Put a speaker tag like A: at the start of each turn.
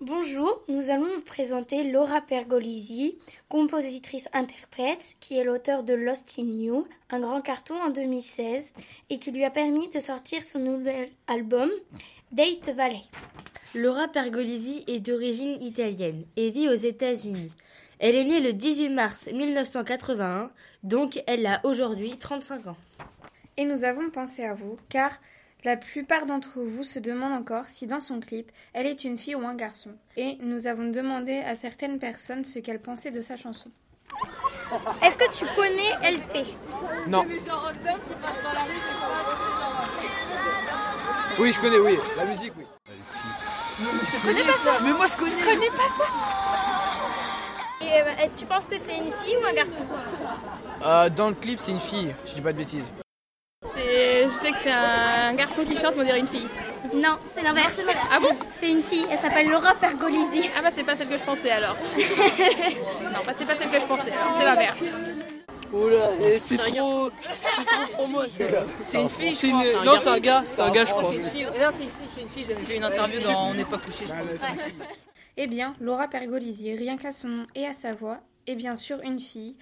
A: Bonjour, nous allons vous présenter Laura Pergolisi, compositrice-interprète, qui est l'auteur de Lost in You, un grand carton en 2016, et qui lui a permis de sortir son nouvel album, Date Valley.
B: Laura Pergolisi est d'origine italienne et vit aux États-Unis. Elle est née le 18 mars 1981, donc elle a aujourd'hui 35 ans.
C: Et nous avons pensé à vous, car la plupart d'entre vous se demandent encore si dans son clip, elle est une fille ou un garçon. Et nous avons demandé à certaines personnes ce qu'elles pensaient de sa chanson.
A: Est-ce que tu connais LP
D: Non. Oui, je connais, oui. La musique, oui.
E: Je connais pas ça
D: Mais moi, je connais.
E: Je connais pas ça
A: Et euh, tu penses que c'est une fille ou un garçon
D: Euh, dans le clip, c'est une fille, je dis pas de bêtises.
E: C'est- Je sais que c'est un garçon qui chante, mais on dirait une fille.
A: Non, c'est l'inverse.
E: Ah bon
A: C'est une fille, elle s'appelle Laura Pergolisi.
E: Ah bah c'est pas celle que je pensais alors. non, bah c'est pas celle que je pensais, c'est l'inverse.
F: Oula, eh, c'est trop. C'est trop pour moi. ça.
G: C'est une fille, je
F: C'est une-
G: crois.
F: Non, c'est un gars, c'est un gars, je
G: Je crois
F: crois.
G: que c'est une fille. Non, c'est si, c'est une fille. J'avais vu une interview dans On n'est pas couché, je crois.
C: Eh bien, Laura Pergolisi, rien qu'à son nom et à sa voix, est bien sûr une fille,